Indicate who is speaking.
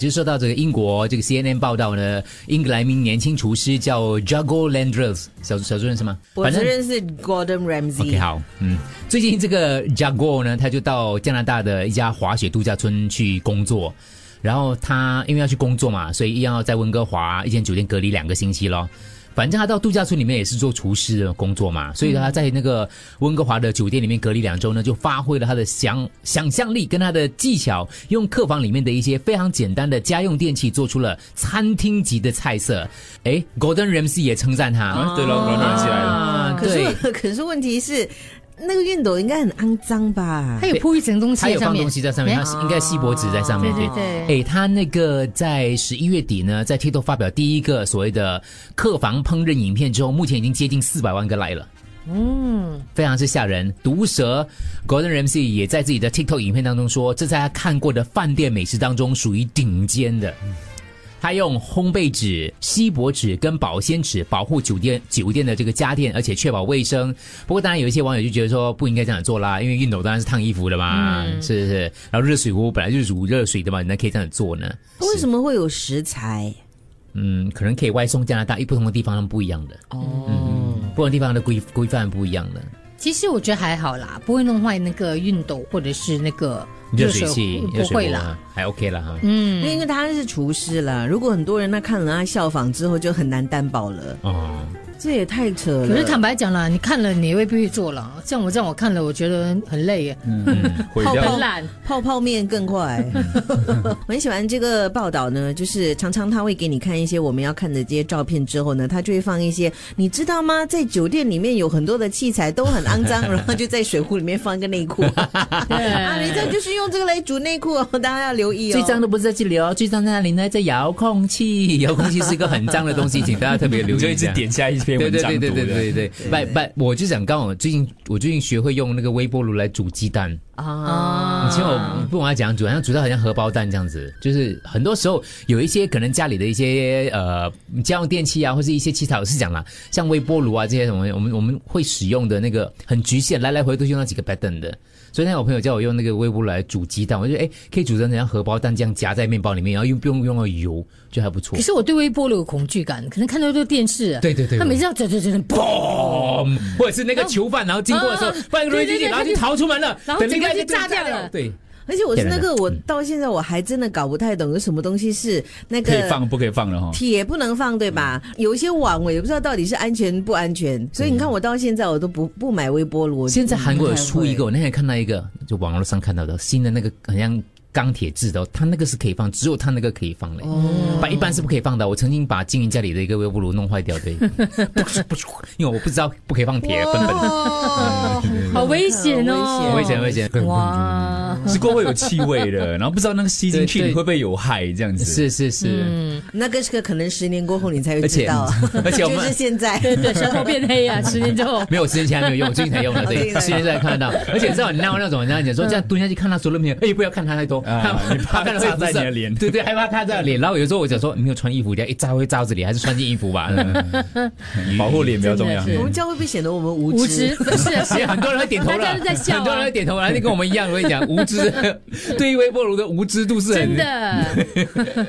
Speaker 1: 就说到这个英国这个 CNN 报道呢，英格兰一名年轻厨师叫 Jago Landreth，小小猪认识吗？
Speaker 2: 我
Speaker 1: 反
Speaker 2: 只
Speaker 1: 正
Speaker 2: 认识 Gordon
Speaker 1: OK，
Speaker 2: Ramsay。
Speaker 1: 好，嗯，最近这个 Jago 呢，他就到加拿大的一家滑雪度假村去工作，然后他因为要去工作嘛，所以一样要在温哥华一间酒店隔离两个星期咯。反正他到度假村里面也是做厨师的工作嘛，所以他在那个温哥华的酒店里面隔离两周呢，就发挥了他的想想象力跟他的技巧，用客房里面的一些非常简单的家用电器做出了餐厅级的菜色。诶 g o r d o n Ramsay 也称赞他，
Speaker 3: 啊，对了，软软起来了。
Speaker 1: 啊
Speaker 2: 可
Speaker 1: 对
Speaker 2: 是 可是问题是，那个熨斗应该很肮脏吧
Speaker 4: 它？有铺一层东西
Speaker 1: 他
Speaker 4: 在
Speaker 1: 有
Speaker 4: 上
Speaker 1: 放
Speaker 4: 面
Speaker 1: 东，西在上面，
Speaker 4: 没
Speaker 1: 他是应该锡箔纸在上面。
Speaker 4: 对对对
Speaker 1: 诶，他那个在十一月底呢，在 TikTok 发表第一个所谓的客房烹饪影片之后，目前已经接近四百万个 like 了。嗯，非常之吓人。毒蛇 Gordon Ramsay 也在自己的 TikTok 影片当中说，这在他看过的饭店美食当中属于顶尖的。他用烘焙纸、锡箔纸跟保鲜纸保护酒店酒店的这个家电，而且确保卫生。不过，当然有一些网友就觉得说不应该这样做啦，因为熨斗当然是烫衣服的嘛，是是是。然后热水壶本来就是煮热水的嘛，你那可以这样做呢？
Speaker 2: 为什么会有食材？
Speaker 1: 嗯，可能可以外送加拿大，因为不同的地方他们不一样的，
Speaker 2: 哦，
Speaker 1: 嗯不同的地方的规规范不一样的。
Speaker 4: 其实我觉得还好啦，不会弄坏那个熨斗或者是那个
Speaker 1: 热水器、
Speaker 4: 不
Speaker 1: 热水
Speaker 4: 会
Speaker 1: 壶
Speaker 4: 啦。
Speaker 1: 啊还 OK 啦哈。
Speaker 2: 因为因为他是厨师啦，如果很多人那看了他效仿之后，就很难担保了。
Speaker 1: 哦，
Speaker 2: 这也太扯了。
Speaker 4: 可是坦白讲啦，你看了你也未必会做了。像我这样，我看了我觉得 很累耶，
Speaker 3: 毁
Speaker 4: 好
Speaker 3: 掉
Speaker 4: 很懒。
Speaker 2: 泡泡面更快。我很喜欢这个报道呢，就是常常他会给你看一些我们要看的这些照片之后呢，他就会放一些，你知道吗？在酒店里面有很多的器材都很肮脏，然后就在水壶里面放一个内裤啊，人家就是用这个来煮内裤 哦，大家要留意哦。
Speaker 1: 最脏的不是在这里哦，最脏在哪里呢？在遥控器，遥控器是一个很脏的东西，请大家特别留
Speaker 3: 你
Speaker 1: 意下。
Speaker 3: 就一直点下一篇文章
Speaker 1: 对对
Speaker 3: 读
Speaker 1: 对对
Speaker 3: 的。
Speaker 1: 对对对，不不，我就想刚好最近我最近学会用那个微波炉来煮鸡蛋，
Speaker 2: 啊
Speaker 1: 以前我不管它怎样煮，好像煮到好像荷包蛋这样子，就是很多时候有一些可能家里的一些呃家用电器啊，或是一些器材，我是讲啦，像微波炉啊这些什么，我们我们会使用的那个很局限，来来回都用那几个 pattern 的。所以那天我朋友叫我用那个微波炉来煮鸡蛋，我就哎可以煮成像荷包蛋这样夹在面包里面，然后又不用用到油，就还不错
Speaker 4: 可。是我对微波炉有恐惧感，可能看到都电视。啊
Speaker 1: 对对对
Speaker 4: 他每次要转转转，砰！
Speaker 1: 哦，或者是那个囚犯，然后经过的时候
Speaker 4: 啊，
Speaker 1: 不然容易进去，
Speaker 4: 嗯对对对
Speaker 1: 然后就逃出门了，
Speaker 4: 然后
Speaker 1: 等另
Speaker 4: 整个
Speaker 1: 外一
Speaker 4: 就
Speaker 1: 个队
Speaker 4: 炸掉了
Speaker 1: 对，
Speaker 2: 而且我是那
Speaker 1: 骗
Speaker 2: 个，
Speaker 1: 人的嗯
Speaker 2: 我到现在我还真的搞不太懂，有什么东西是那
Speaker 3: 可以
Speaker 2: 个
Speaker 3: 放不可以放了哈？
Speaker 2: 铁不能放，对吧？
Speaker 1: 嗯
Speaker 2: 有一些网我也不知道到底是安全不安全，所以你看我到现在我都不不买微波炉。
Speaker 1: 现在韩国有出一个，
Speaker 2: 嗯，
Speaker 1: 我那天看到一个，就网络上看到的新的那个，好像钢铁制的哦，它那个是可以放，只有它那个可以放嘞，
Speaker 4: 哦
Speaker 1: 把一般是不可以放的。我曾经把经营家里的一个微波炉弄坏 掉，对，不是因为我不知道不可以放铁，笨笨，
Speaker 2: 哦，
Speaker 4: 好危险哦！
Speaker 1: 危险危险。
Speaker 4: 哇！
Speaker 3: 吃过会有气味的，然后不知道那个吸进去
Speaker 1: 对对
Speaker 3: 你会不会有害这样子。
Speaker 1: 是是是，
Speaker 2: 那个是个可能十年过后你才会知道，
Speaker 1: 而且 而且我
Speaker 2: 就
Speaker 1: 们
Speaker 2: 是现在。
Speaker 4: 对对，舌头变黑啊！十年 之后，
Speaker 1: 没有，十年前还没有用，最近才用了，对，
Speaker 3: 啊
Speaker 2: 哦
Speaker 1: 十年前才看到。而且你知道，你那那种人家讲说，这样蹲下去看他所有面，哎，不要看他太多，
Speaker 3: 嗯啊
Speaker 1: 他
Speaker 3: 你怕
Speaker 1: 看了会
Speaker 3: 扎在
Speaker 1: 辐射
Speaker 3: 你的脸
Speaker 1: 对对，害怕他的脸。然后有时候我讲说，你没有穿衣服，人家一扎会扎自己，还是穿件衣服吧。
Speaker 3: 嗯 保护脸比较重要。
Speaker 4: 真的
Speaker 2: 我们这样会不会显得我们无
Speaker 4: 无
Speaker 2: 知
Speaker 4: 知？不是啊
Speaker 1: 其 实很多人会点头了，
Speaker 4: 大家都在笑啊
Speaker 1: 很多人会点头了，你 跟我们一样，我跟你讲，无知，对于微波炉的无知度是很
Speaker 4: 真的。